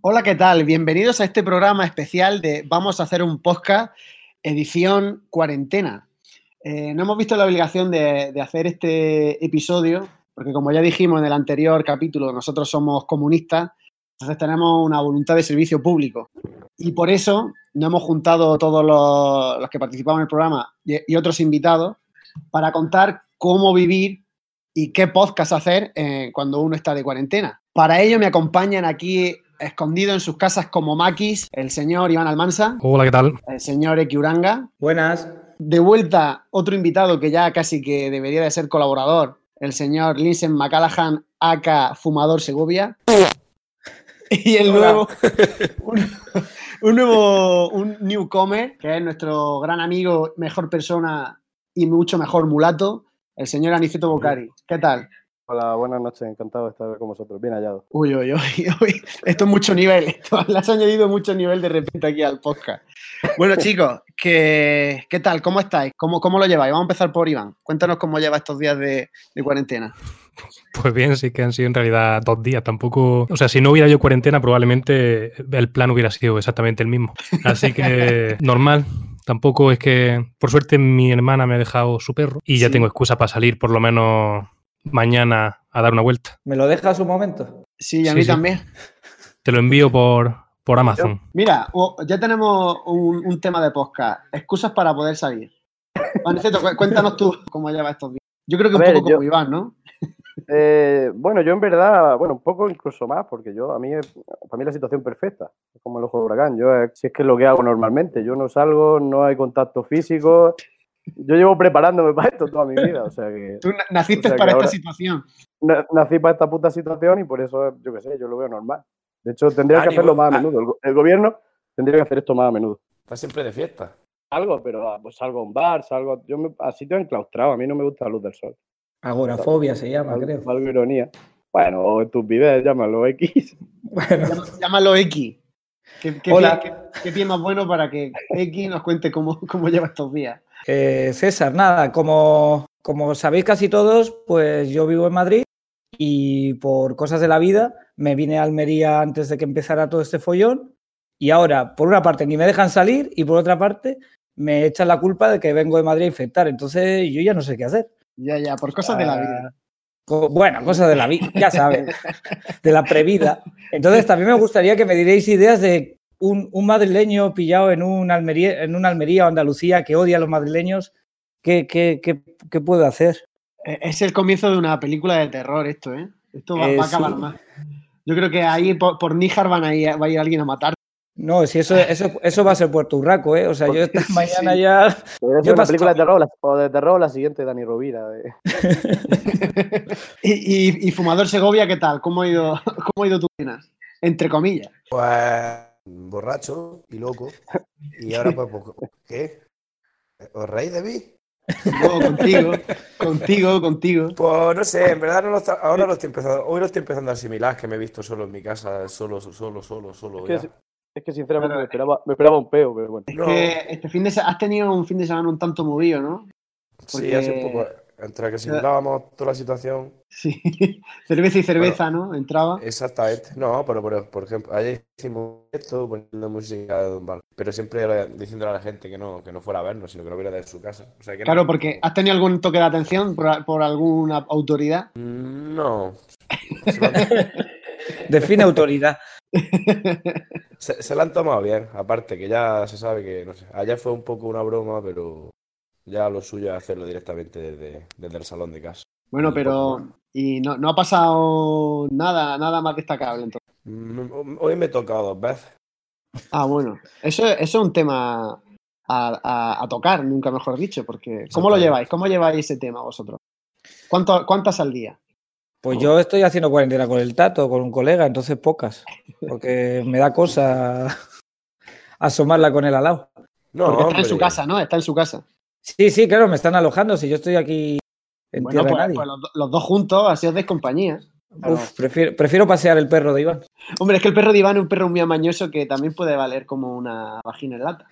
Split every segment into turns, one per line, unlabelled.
Hola, ¿qué tal? Bienvenidos a este programa especial de Vamos a hacer un podcast, edición cuarentena. Eh, no hemos visto la obligación de, de hacer este episodio, porque como ya dijimos en el anterior capítulo, nosotros somos comunistas, entonces tenemos una voluntad de servicio público. Y por eso nos hemos juntado todos los, los que participamos en el programa y, y otros invitados para contar cómo vivir y qué podcast hacer eh, cuando uno está de cuarentena. Para ello me acompañan aquí escondido en sus casas como maquis el señor Iván Almansa,
Hola, ¿qué tal?
el Eh, señor Equiuranga,
Buenas.
de vuelta otro invitado que ya casi que debería de ser colaborador, el señor Linsen McCallaghan, aka Fumador Segovia. Y el
Hola.
nuevo, un, un nuevo, un newcomer, que es nuestro gran amigo, mejor persona y mucho mejor mulato, el señor Aniceto Bocari. ¿Qué tal?
Hola, buenas noches, encantado de estar con vosotros. Bien hallado.
Uy, uy, uy, uy. Esto es mucho nivel. Esto, le has añadido mucho nivel de repente aquí al podcast. Bueno, chicos, que- ¿qué tal? ¿Cómo estáis? ¿Cómo, ¿Cómo lo lleváis? Vamos a empezar por Iván. Cuéntanos cómo lleva estos días de, de cuarentena.
Pues bien, sí que han sido en realidad dos días. Tampoco. O sea, si no hubiera yo cuarentena, probablemente el plan hubiera sido exactamente el mismo. Así que normal. Tampoco es que. Por suerte, mi hermana me ha dejado su perro y ya
Sí.
tengo excusa para salir por lo menos mañana a dar una vuelta.
¿Me lo dejas un momento?
Sí, y a
Sí,
mí
sí.
también.
Te lo envío por, por Amazon.
Mira, o- ya tenemos un, un tema de podcast. Excusas para poder salir. Aniceto, cu- cuéntanos tú cómo lleva estos días. Yo creo que
A
un
ver,
poco
yo-
como Iván, ¿no?
Eh, bueno, yo en verdad, bueno, un poco incluso más, porque yo, a mí, es- para mí es la situación perfecta, es como el ojo de huracán. Yo, eh, si es que es lo que hago normalmente, yo no salgo, no hay contacto físico. Yo llevo preparándome para esto toda mi vida, o sea que
Tú na- naciste
O sea, que
para
ahora-
esta situación.
na- nací para esta puta situación y por eso, yo qué sé, yo lo veo normal. De hecho, tendría que
Ánimo,
hacerlo más a
ah.
menudo. El, go- el gobierno tendría que hacer esto más a menudo.
Está siempre de fiesta.
Algo, pero ah, pues salgo a un bar, salgo a, yo me, a sitios enclaustrados, a mí no me gusta la luz del sol.
Agorafobia se llama,
Al-
creo.
Algo ironía. Bueno, o estupidez, llámalo X.
Bueno,
Llama- Llámalo X. ¿Qué, qué
Hola.
pie- qué- qué pie más bueno para que X nos cuente cómo, cómo lleva estos días?
eh, César, nada, como, como sabéis casi todos, pues yo vivo en Madrid y por cosas de la vida me vine a Almería antes de que empezara todo este follón y ahora, por una parte, ni me dejan salir y por otra parte, me echan la culpa de que vengo de Madrid a infectar. Entonces yo ya no sé qué hacer.
Ya, ya, por cosas de la vida.
Co- Bueno, cosas de la vida, ya sabes, de la previda. Entonces, también me gustaría que me dierais ideas de un, un madrileño pillado en un Almería, en una Almería o Andalucía que odia a los madrileños. ¿Qué, qué, qué, qué puedo hacer?
Eh, Es el comienzo de una película de terror esto, ¿eh? Esto va,
Eh,
va a acabar
sí.
más. Yo creo que ahí por, por Níjar van a ir, va a ir alguien a matar.
No, si eso, eso, eso va a ser Puerto Urraco, ¿eh? O sea, yo esta
Sí,
mañana
sí.
ya.
Podría ser
Yo
una
paso-
película de terror la- o de terror la siguiente de Dani Rovira. eh.
Y, y- y Fumador Segovia, ¿qué tal? ¿Cómo ha ido, cómo ha ido tu vida? Entre comillas.
Pues borracho y loco. Y ahora pues, pues, ¿qué? ¿Os reís de mí?
Luego contigo, contigo, contigo.
Pues no sé, en verdad no lo está- ahora lo estoy empezando, hoy lo estoy empezando a asimilar, que me he visto solo en mi casa, solo, solo, solo, solo.
que
ya.
sí. Es que sinceramente
Claro,
me, esperaba, me esperaba un peo, pero bueno.
No,
Que este fin de se- has tenido un fin de semana un tanto movido, ¿no?
sí, hace un poco,
porque-
entre que asimilábamos toda la situación,
Sí. Cerveza y cerveza, ¿no? Entraba.
Exactamente. No, pero, pero, por ejemplo, ayer hicimos esto poniendo música de un bar, pero siempre era diciéndole a la gente que no, que no fuera a vernos, sino que lo viera desde su casa. O sea, que no-
Claro, porque has tenido algún toque de atención por, por alguna autoridad.
Mm, No. Se lo, han,
Define autoridad.
se- se lo han tomado bien, aparte que ya se sabe que, no sé, ayer fue un poco una broma, pero ya lo suyo es hacerlo directamente desde, desde el salón de casa.
pues Bueno,
Un poco
pero. Y no, no ha pasado nada, nada más destacable. Entonces.
Mm, Hoy me he tocado dos veces.
Ah, bueno. Eso, eso es un tema a, a- a tocar, nunca mejor dicho, porque. ¿Cómo lo
Exactamente.
lleváis? ¿Cómo lleváis ese tema vosotros? ¿Cuánto- ¿Cuántas al día?
Pues yo estoy haciendo cuarentena con el tato, con un colega, entonces pocas. Porque me da cosa asomarla con el alao.
No,
Porque está en su
hombre.
casa, ¿no? Está en su casa.
Sí, sí, claro, me están alojando. Si yo estoy aquí en
Bueno,
tierra de
pues,
nadie.
pues los, do- los dos juntos, así os dais compañía.
Uf, prefiero, prefiero pasear el perro de Iván.
Hombre, es que el perro de Iván es un perro muy amañoso que también puede valer como una vagina en lata.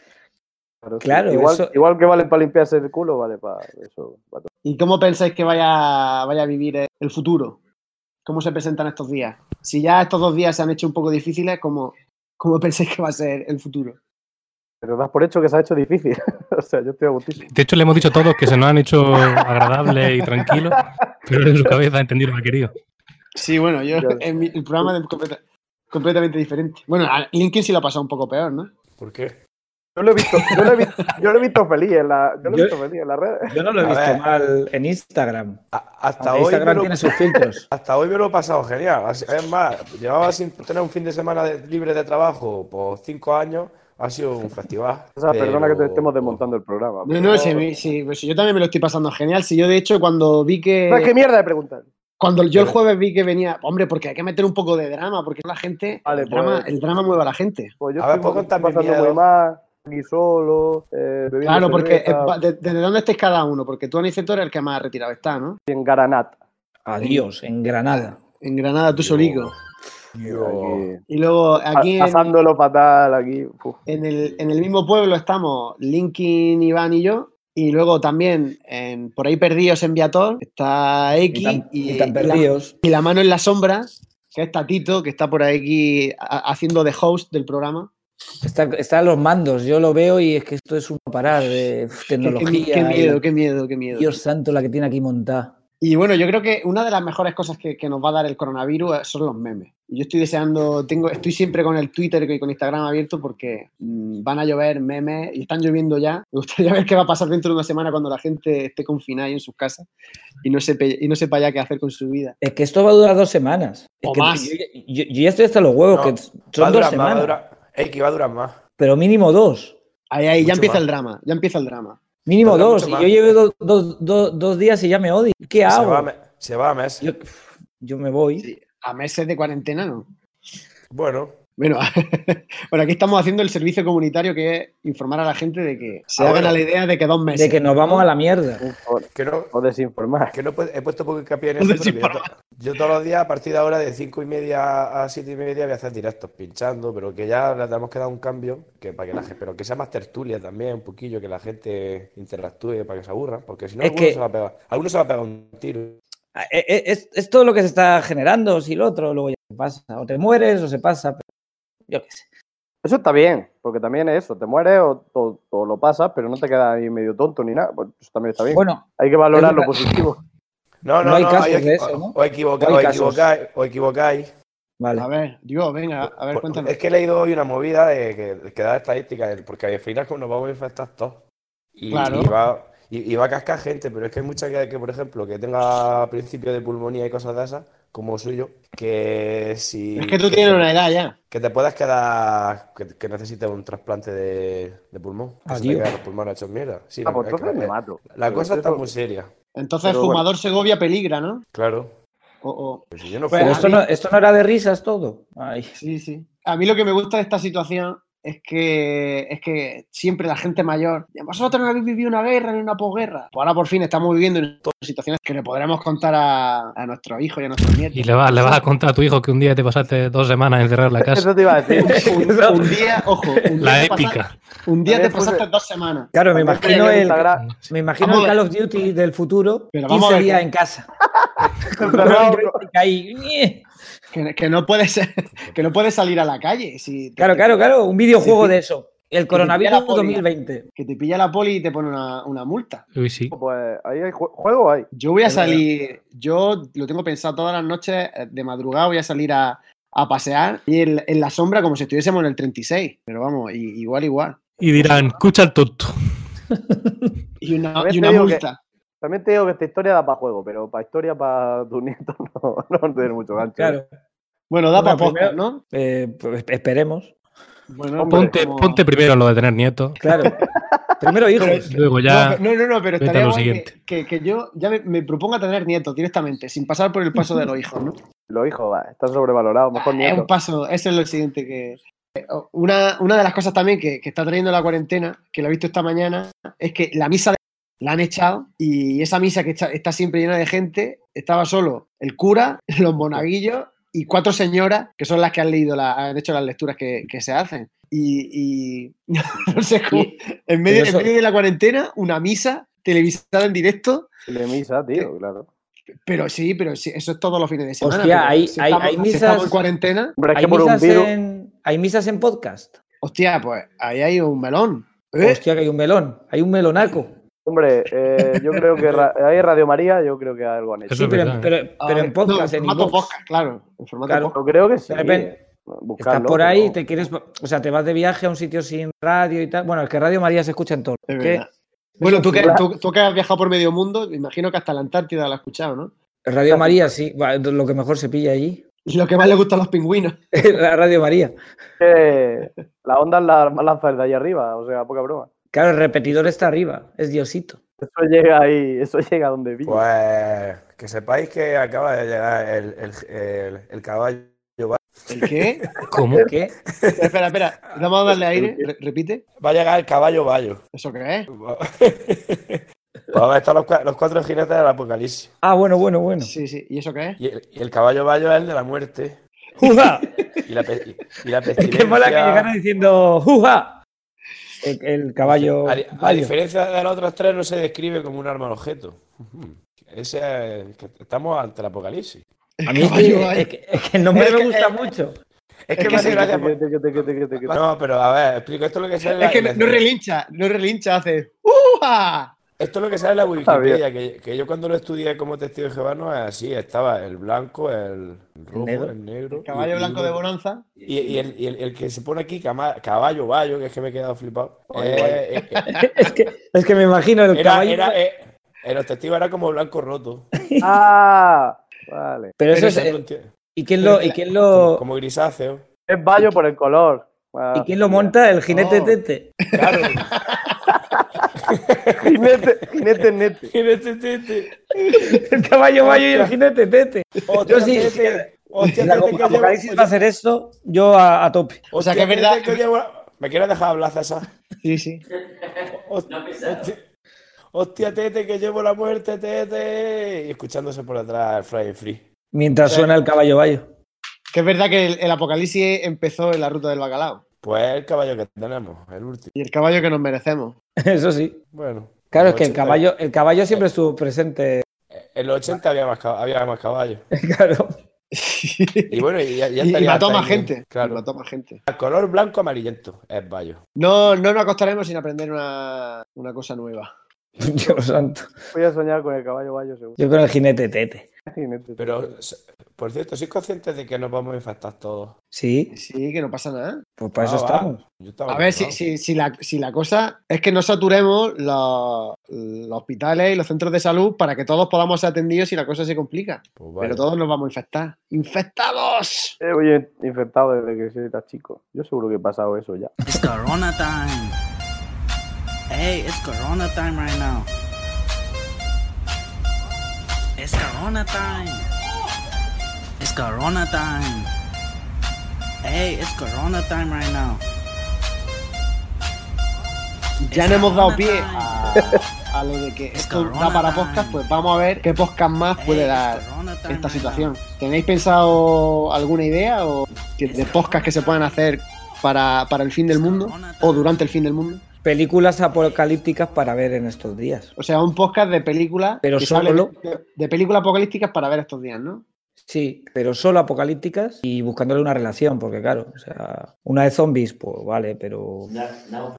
Claro, sí.
Claro,
igual,
eso-
igual que vale para limpiarse el culo, vale para eso. pa' todo.
¿Y cómo pensáis que vaya, vaya a vivir el futuro? cómo se presentan estos días. Si ya estos dos días se han hecho un poco difíciles, ¿cómo, cómo pensáis que va a ser el futuro?
Pero das por hecho que se ha hecho difícil. o sea, yo estoy agustísimo.
De hecho, le hemos dicho a todos que se nos han hecho agradables y tranquilos, pero él en su cabeza ha entendido lo que ha querido.
Sí, bueno, yo
Ya.
en mi- el programa es completa- completamente diferente. Bueno, a LinkedIn sí lo ha pasado un poco peor, ¿no?
¿Por qué?
Yo lo he visto, yo lo he visto, yo lo he visto feliz en la, yo lo he
Yo-
visto feliz en las redes.
Yo no lo he
A
visto
ver.
mal en Instagram.
A- hasta,
Aunque
hoy me
Instagram
lo,
tiene sus filtros.
hasta hoy me lo he pasado genial. Así- Es más, llevaba sin tener un fin de semana de- libre de trabajo por cinco años. Ha sido un festival.
O sea, perdona que te
pero-
estemos desmontando el programa.
No,
pero-
no, si, me- si- pues yo también me lo estoy pasando genial. Si yo, de hecho, cuando vi que.
No, ¿Qué mierda de preguntas?
Cuando yo el
Pero-
jueves vi que venía. Hombre, porque hay que meter un poco de drama, porque la gente.
Vale,
el, drama,
pues.
el drama mueve a la gente.
Pues yo
A ver,
estoy
¿puedo contar mi
pasando
miedo?
muy mal, aquí solo, eh, bebiendo
Claro, porque.
cerveza,
es- ¿Desde dónde estáis cada uno? Porque tú, Anicetor, eres el que más retirado está, ¿no?
en Garanat.
Adiós, en Granada.
En Granada, tú
Yo-
solico.
yo-
Aquí,
Y luego
Ah,
aquí
pa-
en,
pasándolo fatal, aquí. uf.
en el, en el mismo pueblo estamos Linkin, Iván y yo. Y luego también en- por ahí perdidos en Viator está
Y
X
tan,
y,
y tan
y la-
perdidos.
y la mano en la sombra, que es Tatito, que está por aquí ha- haciendo de host del programa.
Está, está en los mandos. Yo lo veo y es que esto es un no parar de uf,
Qué, qué mi-
tecnología.
qué
y-
miedo, qué miedo, qué miedo.
Dios santo, la que tiene aquí montada.
Y bueno, yo creo que una de las mejores cosas que, que nos va a dar el coronavirus eh, son los memes. Y Yo estoy deseando, tengo, estoy siempre con el Twitter y con Instagram abierto porque mm, van a llover memes y están lloviendo ya. Me gustaría ver qué va a pasar dentro de una semana cuando la gente esté confinada y en sus casas y no sepa, y no sepa ya qué hacer con su vida.
Es que esto va a durar dos semanas. Es
O
que
más.
Yo, yo- yo ya estoy hasta los huevos,
No,
que
Va
son dos
a durar más, va a
semanas.
durar. Ey, que va a durar más.
Pero mínimo dos.
Ahí, ahí, ya
Mucho
empieza
más.
el drama, ya empieza el drama.
Mínimo
Dura
dos.
mucho
Y
más.
yo llevo do- do- do- dos días y ya me odio. ¿Qué
Se va, a
hago?
me- se va a mes.
Yo, uf, yo me voy.
Sí, A meses de cuarentena, ¿no?
Bueno,
Bueno, bueno, aquí estamos haciendo el servicio comunitario que es informar a la gente de que se
Ah,
hagan
bueno.
a la idea de que dos meses.
De que nos vamos a la mierda.
O,
que no,
o desinformar.
que no he pu- he puesto poco hincapié en
No
eso. pero que yo,
desinforma.
to- yo todos los días, a partir de ahora, de 5 y media a 7 y media, voy a hacer directos pinchando, pero que ya le hemos quedado un cambio, que para que la gente, pero que sea más tertulia también, un poquillo, que la gente interactúe para que se aburra, porque si no,
Es
alguno
que-
se va a pegar. Alguno se va a pegar un tiro.
Ah, eh, eh, Es, es todo lo que se está generando. Si lo otro, luego ya se pasa. O te mueres o se pasa. pero yo qué sé.
Eso está bien, porque también es eso, te mueres o, o- o lo pasas, pero no te quedas ahí medio tonto ni nada. Pues eso también está bien.
Bueno,
Hay que valorar
es
lo
verdad.
positivo.
No, no,
No hay
no,
casos
hay-
de eso, ¿no?
o equivoca-
No
o
hay casos.
equivocáis, o equivocáis.
A
vale.
ver, Dios, venga, a
Pues,
ver,
Por-
cuéntanos.
Es que he leído hoy una movida de que, de que da estadísticas, porque al final como nos vamos a infectar todos. Y,
Claro.
y va, y, y va a cascar gente, pero es que hay mucha que, que, por ejemplo, que tenga principios de pulmonía y cosas de esas, como soy yo, que si...
Es que tú
que
tienes
te-
una edad ya.
Que te puedas quedar... Que, que necesites un trasplante de, de pulmón. Que se te
Adiós.
quedan los pulmones hechos mierda. Sí,
Ah,
no,
pues
es que
entonces
la-
me mato.
la cosa
Pero
está
eso-
muy seria,
Entonces,
Pero bueno.
fumador Segovia peligra, ¿no?
claro.
O- o-
Pero si yo no
Pero
Pero
fumo,
esto no, esto no era de risas todo. Ay.
sí, sí. A mí lo que me gusta de esta situación es que, es que siempre la gente mayor. Vosotros no habéis vivido una guerra ni una posguerra. Pues ahora por fin estamos viviendo en todas situaciones que le podremos contar a, a nuestros hijos y a nuestros nietos.
Y le, vas- le vas a contar a tu hijo que un día te pasaste dos semanas en cerrar la casa.
Eso te iba a decir.
un, un día, ojo, un
La
día, te pasaste-
épica.
un día te
También puse-
pasaste dos semanas.
Claro, me
También
imagino
tenía que
el,
Instagram.
Ah.
me imagino
Vamos
el
a
Call of Duty del futuro.
Pero vamos a
15
ver
días
qué-
en casa.
Encerrado,
Con el joystick ahí. eh. ¡Nie!
Que, que no puedes, que no puedes salir a la calle. Si
Claro, claro, claro. Un videojuego
Sí, sí.
de eso. El
pilla
coronavirus
la poli.
2020.
Que te pilla la poli y te pone una, una multa.
Uy, sí.
Pues ahí hay jue- juego, hay.
Yo voy a
Es verdad.
salir, yo lo tengo pensado todas las noches, eh, de madrugada voy a salir a, a pasear y en, en la sombra como si estuviésemos en el 36. Pero vamos, i- igual, igual.
Y dirán, escucha el tonto.
Y una,
También
y
te
una
digo que-
multa.
También te digo que esta historia da para juego, pero para historia para tus nietos no, no tiene mucho gancho. ¿eh?
Claro.
Bueno, da para
Bueno,
podcast,
primero-
¿no?
Eh, pues esperemos.
Bueno,
Hombre,
Ponte,
como-
ponte primero lo de tener nietos.
Claro. Primero hijos.
Luego
No,
ya.
pero- no, no, no, pero
vete a
estaría
lo
guay que-
siguiente.
que, que yo ya me, me proponga tener nietos directamente, sin pasar por el paso de los hijos, ¿no?
Los hijos, va, están sobrevalorados, mejor
Ah, Es
nietos.
un paso, eso es lo siguiente que... eh, Una, una de las cosas también que, que está trayendo la cuarentena, que lo he visto esta mañana, es que la misa de- la han echado y esa misa que está, está siempre llena de gente, estaba solo el cura, los monaguillos y cuatro señoras, que son las que han leído, la, han hecho las lecturas que, que se hacen. Y, y no sé cómo,
Y-
en medio,
pero
en
eso-
medio de la cuarentena, una misa televisada en directo
Y de misa, tío, claro.
Pero sí, pero sí, eso es todos los fines de semana.
Hostia,
pero
hay-
si
hay-
estamos-
hay
si
misas-
estamos en cuarentena.
Hombre, es
¿Hay
que por un
misas,
virus.
en, ¿Hay misas en podcast?
Hostia, pues ahí hay un melón. ¿eh?
Hostia, que hay un melón, hay un melonaco.
Hombre, eh, yo creo que ra- hay Radio María, yo creo que algo han hecho.
Eso
Sí,
es
pero,
verdad, ¿eh?
pero-
Ah,
pero
no,
en podcast, en
formato
iVoox.
podcast, claro. En formato
Claro.
podcast.
Yo creo que sí.
De repente, Estás
buscarlo,
por ahí,
pero-
te quieres, o sea, te vas de viaje a un sitio sin radio y tal. Bueno, es que Radio María se escucha en todo.
Es
que
verdad. Bueno, tú que,
Claro.
tú- tú que has viajado por medio mundo, me imagino que hasta la Antártida la has escuchado, ¿no?
Radio María, sí, va, lo que mejor se pilla allí.
Y lo que más le gustan los pingüinos.
La Radio María.
que la onda la lanza desde ahí arriba, o sea, poca broma.
Claro, el repetidor está arriba, es Diosito.
Eso llega ahí, eso llega donde vive.
Pues que sepáis que acaba de llegar el, el- el- el caballo.
¿El qué?
¿Cómo?
¿Por qué?
espera, espera. Vamos a darle aire. Re- repite.
Va a llegar el caballo Bayo.
¿Eso qué es?
Va- Pues van a estar los, cua- los cuatro jinetes del apocalipsis.
Ah, bueno, bueno, bueno.
Sí, sí. ¿Y eso qué es?
Y el, y el caballo Bayo es el de la muerte.
¡Juja!
Y la, pe- y, y la
Es que mola que
pestilencia-
llegara diciendo ¡Juja! El, el caballo.
A, di- a
Mario.
diferencia de los otros tres, no se describe como un arma al objeto. Ujú. Ese es- que estamos ante el apocalipsis.
A mí es
Caballo,
que,
vaya.
es que- es que el nombre
Es
me
que-
gusta mucho.
Es
que
que
me
me hace
sí,
gracia. por-
Pero
No, pero a ver, explico. Esto es lo que sale. en la-
Es que
en
no,
la-
no relincha, no relincha, hace ¡Uja!
Esto es lo que sale en la
Está bien.
Wikipedia, que, que yo cuando lo estudié como testigo de Jehová no es así, estaba el blanco, el rojo,
negro.
el negro.
El caballo
y-
blanco
y-
de Bonanza.
Y, y el, y el- el que se pone aquí, cama- caballo bayo, que es que me he quedado flipado.
Ay,
eh,
guay.
eh, eh,
Es que, es que me imagino el
era,
caballo.
era, eh, en los testigos era como blanco roto.
Ah, vale.
pero
pero
eso es.
Ya no
eh,
entiendo.
¿Y quién
pero
lo,
que
y
la-
quién
Como,
lo,
como grisáceo.
Es Bayo por el color. Ah,
y quién lo monta? El jinete
Oh.
Tete.
Claro.
Jinete, jinete nete.
Jinete, tete.
El caballo Mayo y el
Ostras.
jinete Tete.
Hostia,
Yo sí,
tete.
sí que-
Hostia,
La
tete, que llevo-
apocalipsis
oye,
va a hacer eso, yo a, a tope.
O sea,
hostia,
que es
tete,
verdad-
que llevo- Me quiero dejar hablar, César.
Sí, sí.
Hostia, hostia- hostia, Tete, que llevo la muerte, Tete. Y escuchándose por atrás el Fry and Free.
Mientras
Sí.
suena el caballo Bayo.
Que es verdad que el, el apocalipsis empezó en la ruta del bacalao.
Pues el caballo que tenemos, el último.
Y el caballo que nos merecemos.
Eso sí.
Bueno.
Claro,
en
es que el
80
caballo, el caballo siempre estuvo presente.
eh, En los 80 había más, cab- había más caballos.
Claro.
Y bueno, y ya, ya
y, y
estaría
mató
hasta
más
ahí, ¿eh?
gente.
Claro.
y mató más gente.
El color blanco amarillento es bayo.
No, no nos acostaremos sin aprender una, una cosa nueva.
Dios santo.
Voy a soñar con el caballo Bayo seguro.
Yo con el jinete Tete.
Jinete.
Pero, s- por cierto, ¿sois conscientes de que nos vamos a infectar todos?
Sí,
Sí, que no pasa nada.
pues para eso
Ah, va.
estamos.
Yo estaba
A ver, si,
preocupado.
si, si, la, si la cosa es que no saturemos los, los hospitales y los centros de salud para que todos podamos ser atendidos si la cosa se complica.
Pues
Pero
vaya.
todos nos vamos a infectar. ¡Infectados!
Eh, oye, infectado desde que soy tan chico. Yo seguro que he pasado eso ya.
It's Corona time. Hey, it's Corona time right now. It's Corona time. It's Corona time. Hey, it's Corona time right now.
Ya
It's
no hemos dado
Corona
pie
time.
a, a lo de que esto da
Corona
para
time.
podcast, pues vamos a ver qué podcast más
Hey,
puede
it's
dar
Corona time right
esta
now.
situación. ¿Tenéis pensado alguna idea o que- de podcast que se puedan hacer para, para el fin del mundo o durante el fin del mundo?
Películas apocalípticas para ver en estos días.
O sea, un podcast de películas
Pero
que hable
solo-
de, de películas apocalípticas para ver estos días, ¿no?
Sí, pero solo apocalípticas y buscándole una relación, porque claro, o sea, una de zombies, pues vale, pero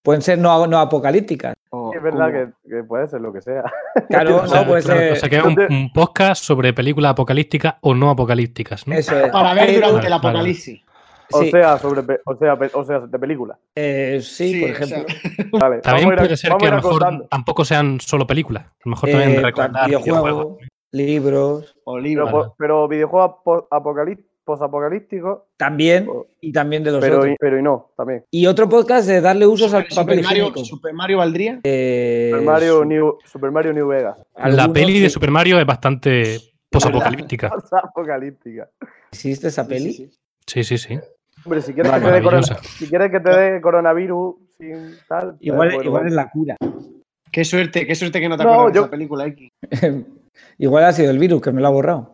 pueden ser no, no apocalípticas.
O-
Es verdad
como-
que, que puede ser lo que sea.
Claro,
O sea,
no puede
claro,
ser.
o sea, que es un, un podcast sobre películas apocalípticas o no apocalípticas, ¿no?
Eso es.
Para ver
Pero-
durante el
Vale, vale.
apocalipsis.
O
sí,
sea, sobre pe- o sea, pe- o sea, de película.
eh, sí,
Sí,
por
o sea,
ejemplo.
Vale,
También
vamos a ir-
puede ser
vamos
que a
a ir
lo mejor
acotando.
tampoco sean solo películas. A lo mejor
eh,
también recordar videojuegos.
videojuegos, libros,
o
Pero,
libros.
Vale.
po- pero videojuegos po- apocalip- posapocalípticos,
también,
O-
y también de los
pero,
otros.
y- pero y no, también.
Y otro podcast de darle usos al
Super,
papel
Super Mario,
higiénico.
Super Mario valdría.
Eh,
Super Mario,
sí,
New, Super Mario New Vegas.
La
algunos
peli
sí.
de Super Mario es bastante posapocalíptica.
Apocalíptica.
¿Existe esa peli?
Sí, sí, sí.
Hombre, si quieres,
Vale,
que te dé corona-
maravillosa.
si quieres que te dé coronavirus sin tal. pues,
Igual,
bueno,
igual es la cura.
Qué suerte, qué suerte que no te
No,
acuerdas de
yo-
esa película, X.
Igual ha sido el virus que me lo ha borrado.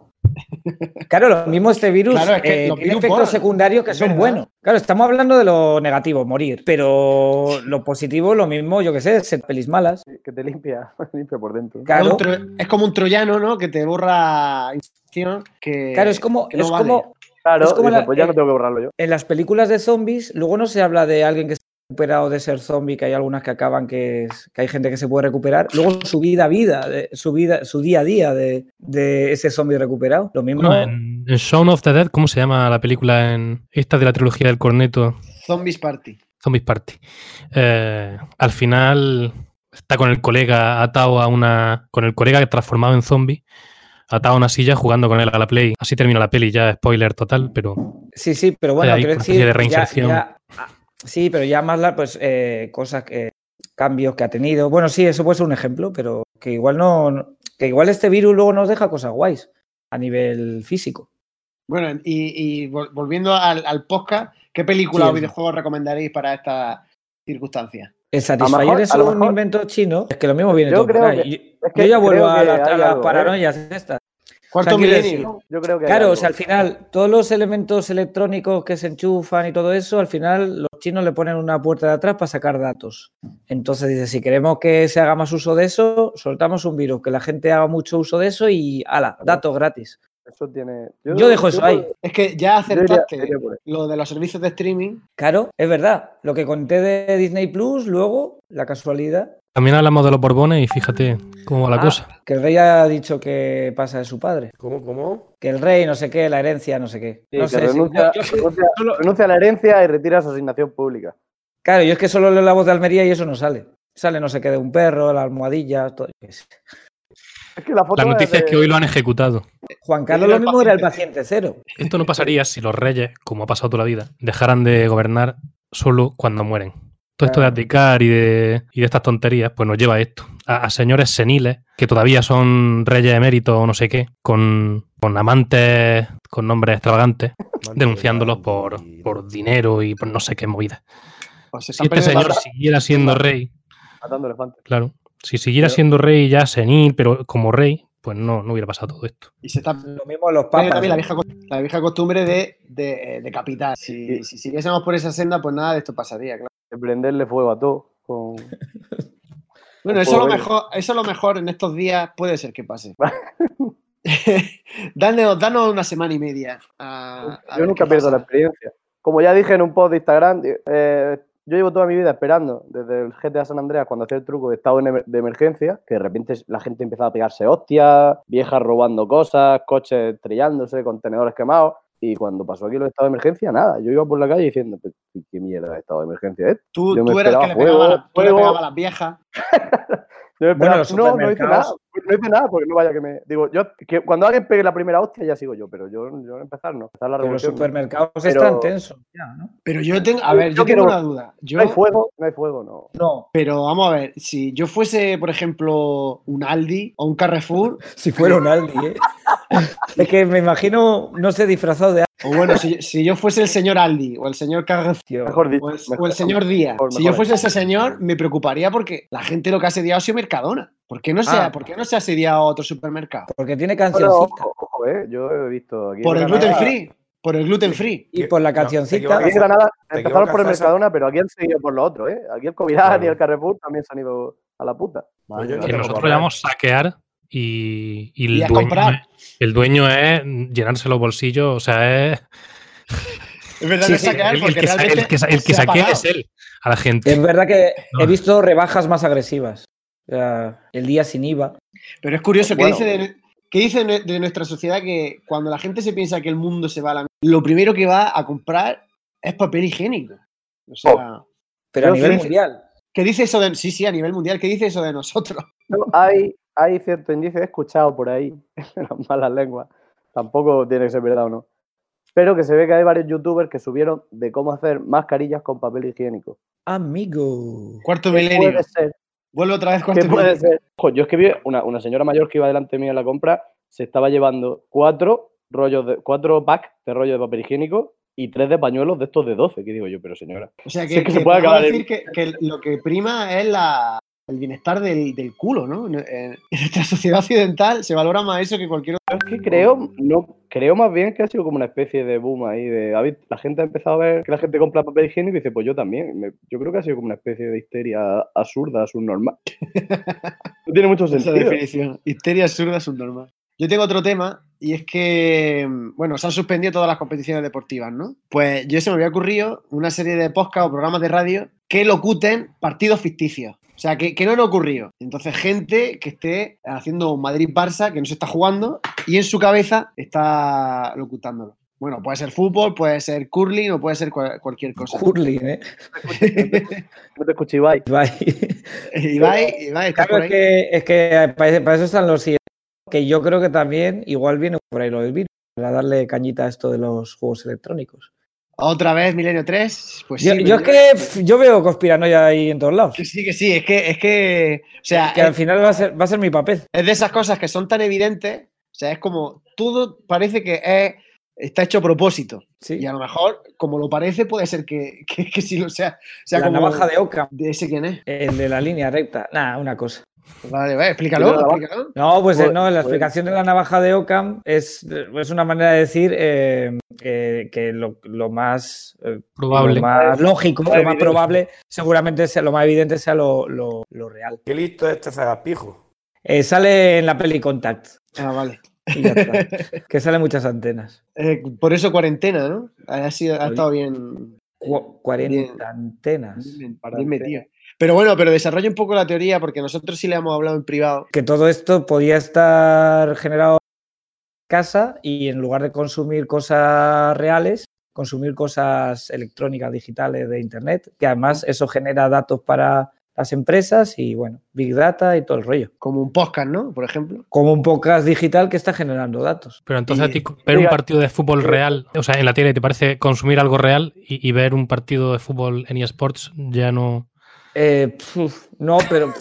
Claro, lo mismo este virus
Claro, es que
eh,
los
tiene
virus
efectos
borran,
secundarios que
es
son
verdad.
buenos. Claro, estamos hablando de lo negativo, morir. Pero lo positivo, lo mismo, yo qué sé, ser pelis malas.
Que te limpia, limpia por dentro.
Es,
Claro,
un tro- es como un troyano, ¿no? Que te borra información que,
claro es como,
que no
es
vale.
como
Claro,
es como
dice,
la-
pues ya no
eh,
tengo que borrarlo yo.
en las películas de zombies, luego no se habla de alguien que se ha recuperado de ser zombie, que hay algunas que acaban, que, es- que hay gente que se puede recuperar. Luego su vida, a vida, de- su vida, su día a día de, de ese zombie recuperado. Lo mismo.
Bueno, en, en Shaun of the Dead, ¿cómo se llama la película en esta de la trilogía del corneto?
Zombies Party.
Zombies Party. Eh, al final está con el colega atado a una. con el colega transformado en zombie, atado a una silla jugando con él a la play. Así termina la peli, ya spoiler total, pero.
Sí, sí, pero bueno,
Hay ahí
quiero
una
decir.
especie de
ya-
reinserción.
ya- ah, sí, pero ya más la, pues eh, cosas que. cambios que ha tenido. Bueno, sí, eso puede ser un ejemplo, pero que igual no. no- Que igual este virus luego nos deja cosas guays a nivel físico.
Bueno, y, y vol- volviendo al, al podcast, ¿qué película
Sí,
o
el-
videojuego recomendaréis para estas circunstancias?
El
A lo
Satisfyer
mejor-
es
a lo
un
mejor-
invento chino. Es que lo mismo viene
Yo
todo por
creo
ahí.
que-
Yo-
es que
yo ya vuelvo
creo
a,
que
las- a
hay
las
algo, ¿eh?
paranoias estas.
Cuarto
quiero
milenio.
decir-
Yo creo que hay
Claro,
algo.
o sea, al final, todos los elementos electrónicos que se enchufan y todo eso, al final los chinos le ponen una puerta de atrás para sacar datos. Entonces, dice, si queremos que se haga más uso de eso, soltamos un virus, que la gente haga mucho uso de eso y ala, datos gratis.
Eso tiene.
Yo dejo eso ahí.
Es que ya
yo iría-
acertaste
iría por ahí.
lo de los servicios de streaming.
Claro, es verdad. Lo que conté de Disney Plus, luego, la casualidad,
También hablamos de los Borbones y fíjate cómo va la
Ah,
cosa.
que el rey ha dicho que pasa de su padre.
¿Cómo, cómo?
Que el rey, no sé qué, la herencia, no sé qué.
Sí,
no
que
sé, sí,
renuncia,
yo- yo-
renuncia- renuncia a la herencia y retira su asignación pública.
Claro, yo es que solo leo la voz de Almería y eso no sale. Sale no sé qué de un perro, la almohadilla, todo. yo qué sé.
Es que la foto
La noticia
de-
es que hoy lo han ejecutado.
Juan Carlos
Era
lo
el
mismo era el
paciente
paciente cero.
Esto no pasaría si los reyes, como ha pasado toda la vida, dejaran de gobernar solo cuando mueren. Todo esto de abdicar y de, y de estas tonterías, pues nos lleva a esto. A, a señores seniles que todavía son reyes eméritos o no sé qué, con, con amantes, con nombres extravagantes, denunciándolos por, por dinero y por no sé qué movida.
Pues se
Si
están
este
perdiendo
señor
la-
siguiera siendo rey,
matando elefantes.
claro, si siguiera
Pero-
siendo rey ya senil, pero como rey, pues no, no hubiera pasado todo esto.
y se está perdiendo
Lo mismo los papas.
Ah, también la
¿no?
vieja, co- la vieja costumbre de, de, eh, decapitar. Si,
Sí.
si siguiésemos por esa senda, pues nada de esto pasaría, claro.
de Prenderle fuego a todo. con-
Bueno,
Pues
eso a lo
bueno.
mejor, eso a lo mejor en estos días puede ser que pase. danos, danos una semana y media. a- Ah, a
Yo
ver
nunca
qué
pierdo la
pasa.
experiencia. Como ya dije en un post de Instagram, eh, yo llevo toda mi vida esperando desde el GTA San Andreas cuando hacía el truco de estado en emer- de emergencia, que de repente la gente empezaba a pegarse hostias, viejas robando cosas, coches estrellándose, contenedores quemados. Y cuando pasó aquí lo de estado de emergencia, nada. Yo iba por la calle diciendo, "Pero ¿qué mierda de estado de emergencia es?
Tú,
Yo me
tú eras el que le
esperaba
pegaba, la- tú le
juego,
pegaba a las viejas.
Yo me
Bueno,
esperaba,
los
no, no hice nada,
supermercados.
no hice nada porque no vaya que me. Digo, yo que cuando alguien pegue la primera hostia ya sigo yo, pero yo, yo empezar no. Empezar la
Pero los
revolución.
supermercados
Pero-
están tensos. ya, ¿no?
Pero yo tengo, a
Yo-
ver, yo, tengo
yo quiero-
una duda. Yo,
No hay fuego, no hay fuego, no.
No,
pero vamos a ver, si yo fuese, por ejemplo, un Aldi o un Carrefour,
si fuera un Aldi, ¿eh? es que me imagino, no sé, disfrazado de
o bueno, si, si yo fuese el señor Aldi o el señor Carrefour
Aldi.
Mejor dicho.
o el,
mejor-
o el señor Díaz,
mejor,
si yo
mejor.
fuese ese señor, me preocuparía porque la gente lo que ha asediado ha sido Mercadona. ¿Por qué no se, ha-
Ah.
¿por qué no se ha asediado a otro supermercado?
Porque tiene
Bueno,
cancioncita.
ojo, ojo, eh, yo he visto aquí.
Por
en
el
Granada-
gluten free, por el gluten free.
Y por la
No, te
cancioncita.
Aquí en
equivocas.
Granada
Te
empezaron por el
equivocas, Sasa.
Mercadona, pero aquí han seguido por lo otro, ¿eh? Aquí el Covirán
Claro.
y el Carrefour también se han ido a la puta.
Vale, yo no
Pues Que
te lo
nosotros
compro.
llamamos saquear y, y el,
Y a
dueño
comprar.
es, el dueño es llenarse los bolsillos, o sea, es
Es verdad,
Sí,
no es
sí,
saquear,
el, el
porque
que, sa-
realmente
el que sa- el
se
que
ha
saquea
pagado.
es él a la gente.
Es verdad que
No.
he visto rebajas más agresivas. O sea, el día sin IVA.
Pero es curioso, ¿qué
Bueno.
dice, de, qué dice de- de nuestra sociedad que cuando la gente se piensa que el mundo se va a la mierda, lo primero que va a comprar es papel higiénico? O sea,
Oh.
Pero
Yo
a nivel
feliz-
mundial.
¿qué dice eso de sí, sí, a nivel mundial, qué dice eso de nosotros?
No, hay, hay cierto indicio, he escuchado por ahí, en las malas lenguas, tampoco tiene que ser verdad o no, pero que se ve que hay varios youtubers que subieron de cómo hacer mascarillas con papel higiénico.
Amigo.
Cuarto
¿Qué
milenio.
puede ser?
Vuelvo otra vez cuarto
¿Qué puede
milenio.
ser? Ojo, yo es que vi una, una señora mayor que iba delante mío en la compra, se estaba llevando cuatro rollos de, cuatro packs de rollos de papel higiénico y tres de pañuelos de estos de 12, que digo yo, pero señora.
O sea,
Si
que,
es que
que
se puede
podemos
acabar el-
decir que, que lo que prima es la, el bienestar del, del culo, ¿no? En, en- en nuestra sociedad occidental se valora más eso que cualquier otro.
Yo es que creo, no, creo más bien que ha sido como una especie de boom ahí de "Habéis- la gente ha empezado a ver que la gente compra papel higiénico y dice, pues yo también. Me- yo creo que ha sido como una especie de histeria absurda, subnormal. no tiene mucho
Esa
sentido.
definición. Histeria absurda subnormal. Yo tengo otro tema y es que, mm, bueno, se han suspendido todas las competiciones deportivas, ¿no? Pues yo se me había ocurrido una serie de podcasts o programas de radio que locuten partidos ficticios. O sea, que, que no han ocurrido. Entonces, gente que esté haciendo un Madrid-Barça que no se está jugando y en su cabeza está locutándolo. Bueno, puede ser fútbol, puede ser curling o puede ser cual- cualquier cosa.
Curling, ¿eh?
No te escuché, Ibai.
Bye.
Ibai, Ibai, ¿estás
Claro,
por
es
ahí?
que, es que para, para eso están los IE, que yo creo que también igual viene por ahí lo del virus, para darle cañita a esto de los juegos electrónicos.
¿Otra vez Milenio 3? Pues
yo,
sí,
yo es
Milenio-
que pf, yo veo conspiranoia ahí en todos lados.
Que Sí, eh, que sí, es que, es que, o sea,
que al
es,
final va a ser, va a ser mi papel.
es de esas cosas que son tan evidentes, o sea, es como todo parece que es- está hecho a propósito.
Sí.
Y a lo mejor, como lo parece, puede ser que, que, que sí lo sea. O sea
la
como,
navaja de Oca,
de ese quién es.
el de la línea recta. Nada, una cosa.
Vale, vale, explícalo,
Yo la navaja-
explícalo.
No, pues eh,
Pues-
no, la
pues-
explicación de la navaja de Ockham es, es una manera de decir eh, eh, que lo, lo más, eh,
Probable.
lo más lógico, lo más
evidente.
probable, seguramente sea lo más evidente sea lo, lo- lo real.
Qué listo es este zagapijo.
Eh, sale en la peli Contact,
Ah, vale.
y ya está, que salen muchas antenas.
Eh, por eso cuarentena, ¿no? Ha, sido, ha
Oye. Ah,
estado bien,
Cu- 40
Bien.
antenas.
bien metido. Pero bueno, pero desarrolla un poco la teoría, porque nosotros sí le hemos hablado en privado.
Que todo esto podía estar generado en casa y en lugar de consumir cosas reales, consumir cosas electrónicas, digitales de Internet, que además eso genera datos para las empresas y bueno, Big Data y todo el rollo.
Como un podcast, ¿no? Por ejemplo.
Como un podcast digital que está generando datos.
Pero entonces a
Y- eh,
ti ver un
Oiga,
partido de fútbol real, o sea, en la tele te parece consumir algo real y, y ver un partido de fútbol en eSports ya no...
Eh, pf, no, pero,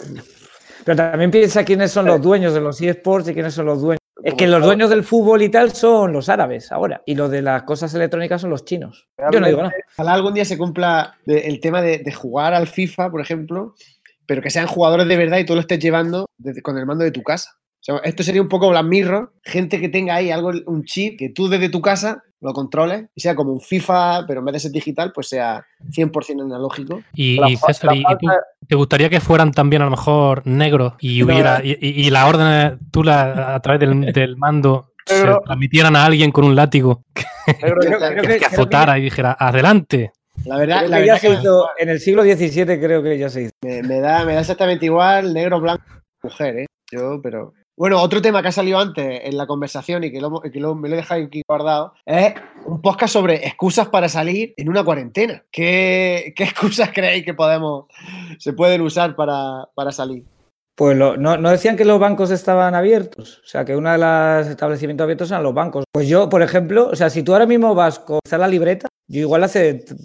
pero también piensa quiénes son los dueños de los eSports y quiénes son los dueños. Es que los dueños del fútbol y tal son los árabes ahora y los de las cosas electrónicas son los chinos. Yo no digo nada.
Ojalá algún día se cumpla de- el tema de, de jugar al FIFA, por ejemplo, pero que sean jugadores de verdad y tú lo estés llevando desde- con el mando de tu casa. O sea, esto sería un poco Black Mirror, gente que tenga ahí algo, un chip que tú desde tu casa lo controles y sea como un FIFA, pero en vez de ser digital, pues sea 100% analógico.
Y,
La
y
fa-
César,
la
y, y tú,
falta-
¿te gustaría que fueran también a lo mejor negros y hubiera
eh.
y, y- y la orden tú la, a través del, del mando se
Negro.
transmitieran a alguien con un látigo
Negro de
Creo-
sangre.
creo
que, que
creo
azotara y dijera adelante?
La verdad,
Creo
la
que ya
verdad
se
que
hizo- en el siglo XVII creo que ya se hizo.
me, me da, me da exactamente igual negro, blanco, mujer, ¿eh? Yo, pero... Bueno, otro tema que ha salido antes en la conversación y que, lo, hemos- que lo- me lo he dejado aquí guardado es un podcast sobre excusas para salir en una cuarentena. ¿Qué, qué excusas creéis que podemos, se pueden usar para, para salir?
Pues lo- no, no decían que los bancos estaban abiertos, o sea que uno de los establecimientos abiertos eran los bancos. Pues yo, por ejemplo, o sea, si tú ahora mismo vas con está la libreta, yo igual hace t-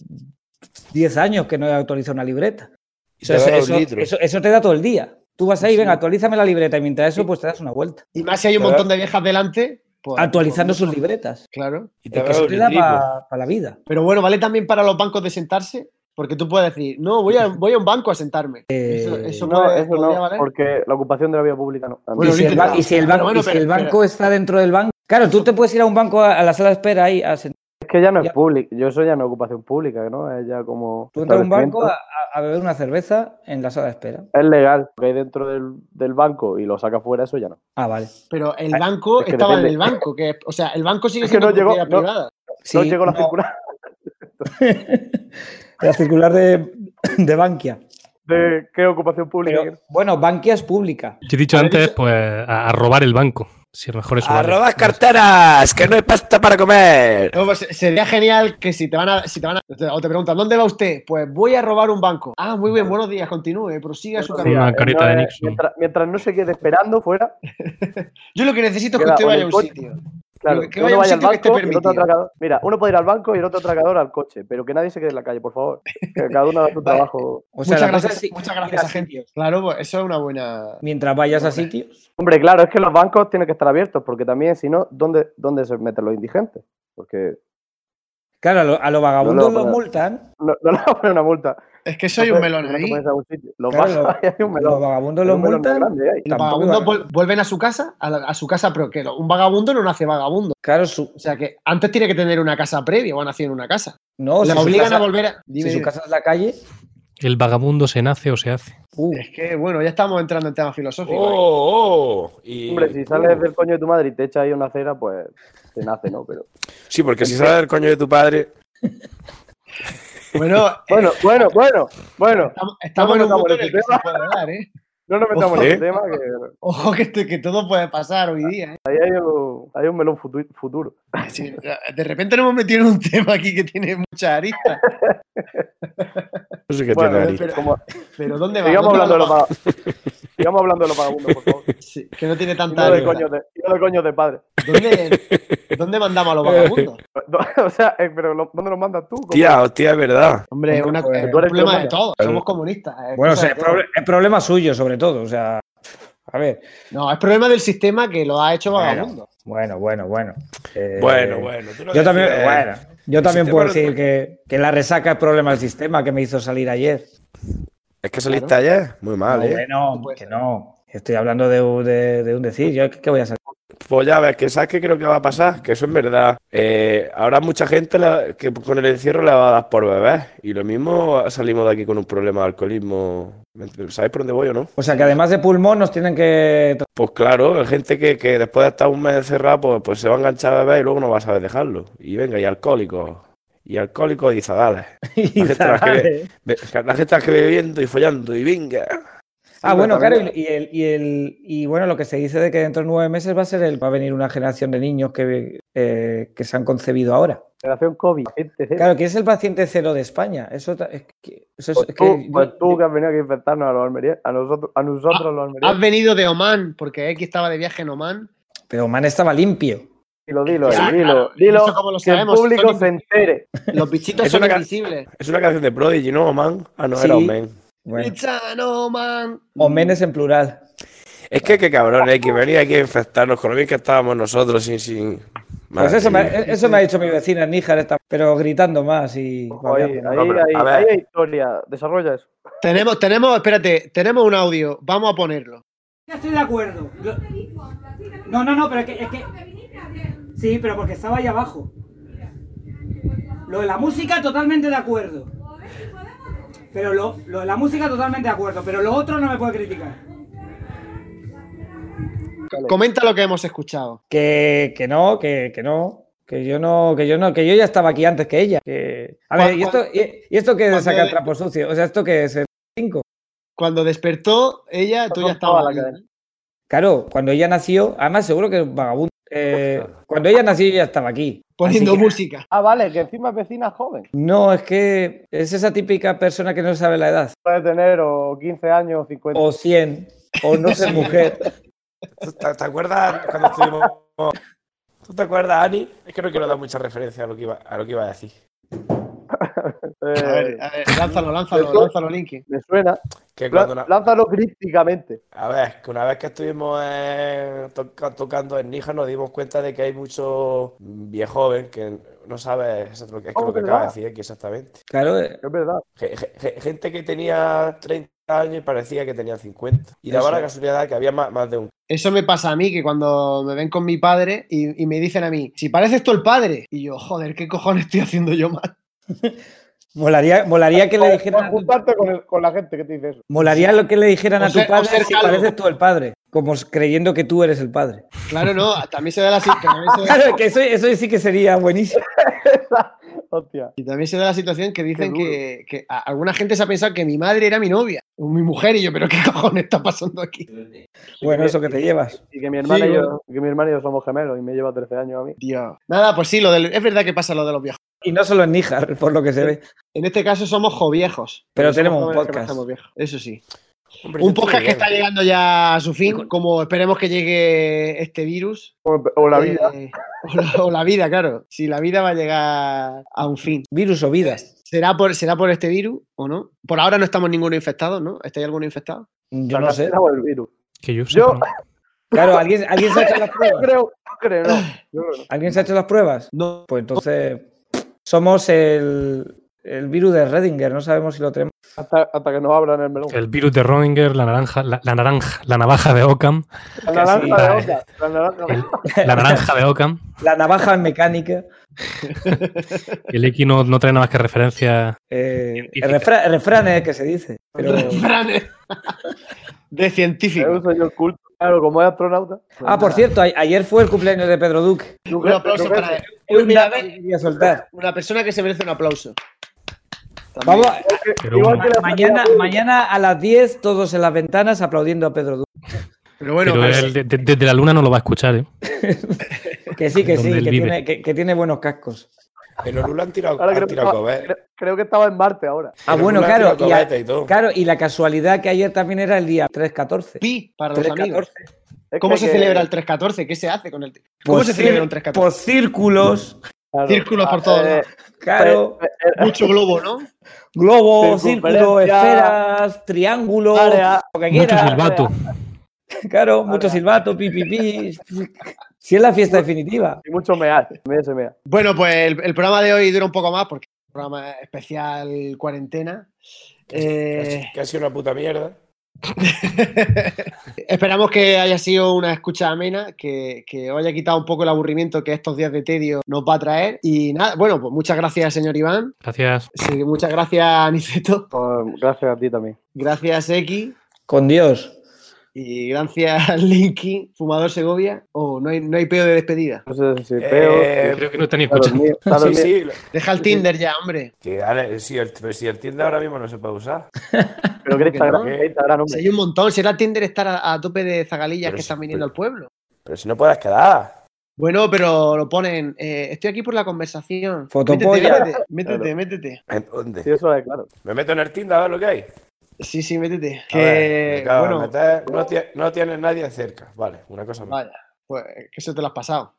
10 años que no he actualizado una libreta. O
Y
sea,
te
eso,
dan los
eso-
litros.
eso- eso te da todo el día. Tú vas ahí,
Sí.
venga, actualízame la libreta y mientras eso, pues te das una vuelta.
Y más si hay un
Claro.
montón de viejas delante. pues-
Actualizando
pues,
sus libretas.
Claro.
Y te
Es que
dan
eso
los
te da
litricos.
para la vida.
Pero bueno, vale también para los bancos de sentarse, porque tú puedes decir, no, voy a, voy a un banco a sentarme. Eso,
Eh,
eso
No,
puede-
eso
podría
no,
valer.
porque la ocupación de la vía pública no. A mí-
Bueno,
y, si el ba-
literal.
y si el
Pero
banco,
bueno,
y si
pero-
el
pero-
banco está dentro del banco. Claro, tú te puedes ir a un banco a, a la sala de espera ahí. A, sent-
Es que ya no es
Ya.
público, yo eso ya no es ocupación pública, ¿no? Es ya como.
tú entras a un banco a,
establecimiento.
a- a beber una cerveza en la sala de espera.
Es legal, lo que hay dentro del, del banco y lo saca fuera, eso ya no.
Ah, vale.
Pero el banco
es que
estaba en
depende.
el banco, que o sea, el banco sigue
Es que
siendo
no llegó,
propiedad
no.
privada.
no
Sí,
llegó la
no,
circular
la circular de, de Bankia.
de qué ocupación pública.
Pero, bueno, Bankia es pública.
Yo he dicho
Haber
antes,
dicho-
pues, a, a robar el banco. Si a lo mejor eso vale.
Arrobas carteras, que no hay pasta para comer.
No, pues, sería genial que si te van a, si te van a- o te preguntan ¿dónde va usted? Pues voy a robar un banco. Ah, muy bien, buenos días, continúe, prosiga su
Buenos
camino.
Una
Eh,
careta de
es-
Nixon.
Mientras, mientras no se quede esperando fuera,
Yo lo que necesito es que
Queda
usted
o en
vaya a
el
un
coche.
sitio.
claro,
Que- que
uno
vaya a un
vaya al
sitio que esté
banco y el otro
permitido.
atracador. Mira, uno puede ir al banco y el otro atracador al coche, pero que nadie se quede en la calle, por favor. Que cada uno haga su trabajo.
O sea,
Muchas
la cosa
gracias-
es si-
muchas
ir
gracias,
a
gente.
sitios.
Claro, pues eso es una buena.
Mientras vayas a sitios.
Hombre, claro, es que los bancos tienen que estar abiertos, porque también, si no, ¿dónde, dónde se meten los indigentes? Porque
Claro, a los lo vagabundos
No, no,
los
no.
multan.
No, no le vas a poner una multa.
Es que soy
No
un
puedes-
melón
no
ahí.
puedes a un sitio. Los
Claro,
vas a- hay un
Los
melón.
vagabundos
Hay
los
un melón muy
multan.
grande ahí.
Y los
Tampoco
vagabundos
iban-
vol- vuelven a su casa, a, la- a su casa, pero que lo- un vagabundo no nace vagabundo.
Claro, su,
O sea que antes tiene que tener una casa previa o ha nacido en una casa.
Oh,
no,
Le
si su
obligan
casa-
a volver a.
si
Dime,
su
dime.
casa es la calle,
¿El vagabundo se nace o se hace?
uh,
Es que bueno, ya estamos entrando en temas filosóficos. ahí.
¡Oh! oh, y-
Hombre, si sales del coño de tu madre y te echas ahí una cera, pues te nace, ¿no? Pero.
Sí, porque si sales del coño de tu padre.
Bueno,
Bueno, bueno, bueno, bueno.
estamos, estamos en
no
un
tocamos
mundo en el
ese
que se
tema.
puede hablar, ¿eh?
No nos metamos en
Ojo,
el tema, que
Ojo que, te- que todo puede pasar hoy día, ¿eh?
ahí hay un, hay un melón futu- futuro.
Sí, de repente nos hemos metido en un tema aquí que tiene muchas aristas.
No sé qué
Bueno,
tiene nariz.
pero como-
Pero ¿dónde va?
sigamos,
¿Dónde va
hablando
lo
de los vaga- sigamos hablando de los vagabundos, por favor.
va- Sí, que no tiene
Y
tanta
no de
arista.
coños de, y no de, coños de padre.
¿Dónde, dónde mandamos a los vagabundos?
O sea, eh, pero lo- ¿dónde los mandas tú? ¿Cómo?
Hostia, hostia, es verdad.
Hombre,
Hombre,
una,
pues,
es un
tú eres
problema de
comunista.
todos.
Claro.
Somos comunistas. es
bueno, o
cosa
sea,
de
es,
todos.
proble- es problema suyo, sobre todo. O sea, a ver,
No, es problema del sistema que lo ha hecho vagabundo.
bueno, bueno, bueno. Eh,
Bueno, bueno. tú lo
Yo también,
decides.
bueno, yo
el
también
sistema
puedo
lo-
decir que, que la resaca es problema del sistema que me hizo salir ayer.
Es que saliste ayer. Muy mal,
No,
¿eh?
bueno, que no. Estoy hablando de, un- de- de un decir. Yo, ¿Qué voy a salir?
Pues ya ves, que sabes que creo que va a pasar, que eso es verdad. Eh, ahora mucha gente la- que con el encierro le va a dar por beber. Y lo mismo salimos de aquí con un problema de alcoholismo. ¿Sabéis por dónde voy o no?
O sea, que además de pulmón nos tienen que... tra-
Pues claro, hay gente que, que después de estar un mes encerrado, pues, pues se va a enganchar a beber y luego no va a saber dejarlo. Y venga, y alcohólicos. Y alcohólicos y zadales.
y
gente
zarales.
traje- Ve- La gente está que bebiendo y follando y venga.
Ah,
Sí,
bueno,
pero
claro,
también-
y, el, y, el, y bueno, lo que se dice de que dentro de nueve meses va a ser el, va a venir una generación de niños que, eh, que se han concebido ahora.
Generación COVID. Gente, cero.
Claro, que es el paciente cero de España. Eso ta- es que, eso es-
Pues
es que
tú,
yo-
pues tú que has venido aquí a infectarnos a los almerienses, a nosotros, a nosotros los
Has
almerienses.
venido de Oman, porque X estaba de viaje en Oman.
Pero Man estaba limpio.
Dilo, dilo, eh,
ah, Ya,
dilo,
claro,
dilo,
eso como lo
que el
sabemos,
público
Tony.
se entere.
Los bichitos
Es
son
una ca-
invisibles.
Es una canción de Prodigy, ¿no, man? Ah, no,
Sí.
era Omen.
Bueno,
It's an Oman.
Omenes en plural.
Es que qué cabrón, eh, que venir aquí a infectarnos con lo bien que estábamos nosotros sin. sin...
Pues
Madre
eso me,
mía.
eso me ha dicho mi vecina en Níjar, esta- pero gritando más y...
Ojo, ahí,
babeando.
ahí,
No, pero,
ahí-
a ver.
ahí hay historia. Desarrolla eso.
Tenemos, tenemos, espérate, tenemos un audio. Vamos a ponerlo.
Ya estoy de acuerdo. Yo- No, no, no, pero es que, es que- Sí, pero porque estaba ahí abajo. Lo de la música, totalmente de acuerdo. Pero lo, lo de la música, totalmente de acuerdo. Pero lo otro no me puede criticar.
Comenta lo que hemos escuchado.
Que, que no, que, que no. Que yo no, que yo no, que yo ya estaba aquí antes que ella. que- A ver, ¿y esto, y, y esto que es de
cuando-
sacar trapo sucio? O sea, esto que es el 5.
Cuando despertó ella, tú ya
Toda
estabas.
la
aquí,
cadena.
¿eh?
Claro, cuando ella nació, además seguro que es vagabundo. eh, cuando ella nació yo ya estaba aquí.
Poniendo
Así que-
música.
Ah, vale, que encima es vecina joven.
No, es que es esa típica persona que no sabe la edad.
Puede tener o 15 años o 50.
O 100, o no ser mujer.
¿Tú ¿Te, te acuerdas cuando estuvimos? ¿Tú te acuerdas, Ani? Es que no quiero dar mucha referencia a lo que iba a, lo que iba a decir.
Eh,
Oh, A ver, a ver, lánzalo, lánzalo,
Esto-
lánzalo, Linky.
Me suena.
Que
Lá-
cuando la-
Lánzalo críticamente.
a ver, que una vez que estuvimos eh, toca- tocando en Níjar nos dimos cuenta de que hay mucho viejo joven que no sabe exacto lo que, es que
Oh,
lo que
¿verdad?
acaba de decir aquí exactamente.
Claro, eh,
Es verdad.
Ge- ge- ge- Gente que tenía 30 años y parecía que tenía 50. Y daba
Eso.
la casualidad que había más, más de un.
Eso me pasa a mí, que cuando me ven con mi padre y, y me dicen a mí, si pareces tú el padre. Y yo, joder, ¿qué cojones estoy haciendo yo mal?
molaría, molaría que le
Por
dijeran,
juntarte con, el- con la gente que te dice eso.
molaría lo que le dijeran
O
a tu
ser- o
padre
ser
si
calvo.
pareces tú el padre, como s- creyendo que tú eres el padre.
Claro, no, también se da la, si- también se da-
Claro, que eso, eso sí que sería buenísimo.
Hostia.
y también se da la situación que dicen
duro.
que, que a- alguna gente se ha pensado que mi madre era mi novia, o mi mujer, y yo, pero ¿qué cojones está pasando aquí?
Bueno, eso que te llevas.
Y que mi hermana,
Sí,
y, yo,
bueno.
que mi hermana y yo somos gemelos y me lleva 13 años a mí.
Dios. Nada, pues sí, lo del- es verdad que pasa lo de los viejos.
Y no solo en Níjar, por lo que se ve.
En este caso somos joviejos.
Pero
Somos
tenemos un
jóvenes que
podcast.
nos hacemos viejos, Eso sí.
Hombre, yo
Un
estoy
podcast que
bien.
está llegando ya a su fin, como esperemos que llegue este virus.
O, o la vida.
Eh, o, la, o la vida, claro. Si la vida va a llegar a un fin.
Virus o vidas.
¿Será por, ¿Será por este virus o no? Por ahora no estamos ninguno infectado, ¿no? ¿Está alguno infectado?
Yo no
la
sé.
cera o el virus.
Que yo
Yo-
sepa, ¿no?
Claro, ¿alguien, ¿alguien se ha hecho las
No
pruebas?
creo, no creo, no. Yo creo que no.
¿Alguien se ha hecho las pruebas?
No.
Pues entonces, Somos el, el virus de Redinger, no sabemos si lo tenemos.
Hasta, hasta que nos abran el melón.
El virus de Roinger, la naranja, la, la naranja, la navaja de Ockham,
la naranja
sí,
de Oca, la naranja de
el- la naranja de Ockham.
La navaja mecánica.
El X no, no trae nada más que referencia.
eh, el,
Científica.
refra- el refrán es el que se dice. Pero...
de
Es un
científico.
señor culto. Claro, como es astronauta.
Ah, por cierto, a- ayer fue el cumpleaños de Pedro Duque.
Un aplauso para él.
Es un
Eh, Mira,
dato
ve,
que quería soltar.
Una persona que se merece un aplauso. También.
Vamos,
Pero
Igual
un-
que la
mañana, mañana a las 10, todos en las ventanas aplaudiendo a Pedro Duque.
Pero bueno, pues-
pero
pero-
él de- de- desde la luna no lo va a escuchar, ¿eh?
Que sí, que sí,
Donde él
que
vive.
tiene, que- que tiene buenos cascos.
En Orula han tirado,
Ahora
han
creo, que
tirado
estaba,
cobetes.
cre- creo que estaba en Marte ahora.
Ah,
En
bueno,
Orula han
claro,
tirado
y a-
cobetes y todo.
Claro, y la casualidad que ayer también era el día 3-14.
pi para los amigos.
3-14.
Es
¿Cómo
que-
se
que-
celebra el 314? ¿Qué se hace con el ¿Cómo
Por
se
cir-
celebra un 314?
Por círculos,
Claro. Eh,
Círculos por todos lados.
claro,
Mucho globo, ¿no?
globos, círculos,
circunferencia,
esferas, triángulos,
área,
lo que
Mucho
quieras.
silbato.
Claro, mucho silbato, pi, pi, pi. Si es la fiesta definitiva.
Y mucho mear. Mea, se mea.
Bueno, pues el, el programa de hoy dura un poco más porque es un programa especial cuarentena.
Que ha
Eh,
sido- que ha sido una puta mierda.
Esperamos que haya sido una escucha amena, que, que os haya quitado un poco el aburrimiento que estos días de tedio nos va a traer. Y nada, bueno, pues muchas gracias, señor Iván.
Gracias.
Sí, muchas gracias, Niceto.
Pues, gracias a ti también.
Gracias, X.
Con Dios.
Y gracias, Linky, Fumador Segovia. Oh, no hay, no hay peo de despedida.
No sé si
Eh,
peo.
Creo que no están ni
está
escuchando.
dormido, está
Sí,
dormido.
sí. lo-
Deja el Tinder ya, hombre.
que ahora- si, el, pero si el Tinder ahora mismo no se puede usar.
Pero que Instagram,
¿Por qué?
que Instagram,
Si
hombre.
hay un montón, será Tinder estar a, a tope de zagalillas
Pero
que
sí,
están viniendo
pero-
al pueblo.
Pero si no puedes quedar.
Bueno, pero lo ponen. eh, estoy aquí por la conversación.
Fotopolla.
Métete, métete, métete, métete.
¿En dónde?
Sí, eso es claro.
Me meto en el Tinder a ver lo que hay.
Sí, sí, métete.
A ver, me
Que,
acabo de
bueno,
meter. no, tie- no tienes nadie cerca. Vale, una cosa más.
Vaya, pues que eso te lo has pasado.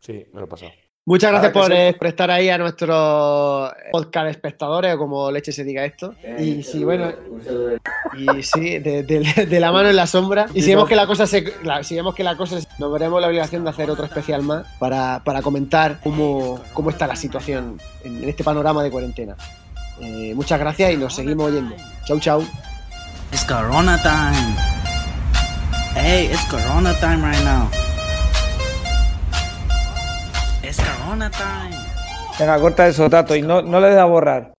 Sí, me lo he pasado.
Muchas
Ahora
gracias por,
que sí.
eh, por estar ahí a nuestros podcast espectadores o como leche se diga esto. Y sí, bueno, y sí, de, de- de la mano en la sombra. Y si vemos que la cosa se, la- si vemos que la cosa se- nos veremos la obligación de hacer otro especial más para, para comentar cómo, cómo está la situación en, en este panorama de cuarentena. Eh, muchas gracias y nos seguimos oyendo. Chau, chau.
It's Corona time. Hey, it's Corona time right now. It's Corona time.
Venga, corta eso, Tato, y no, no le des a borrar.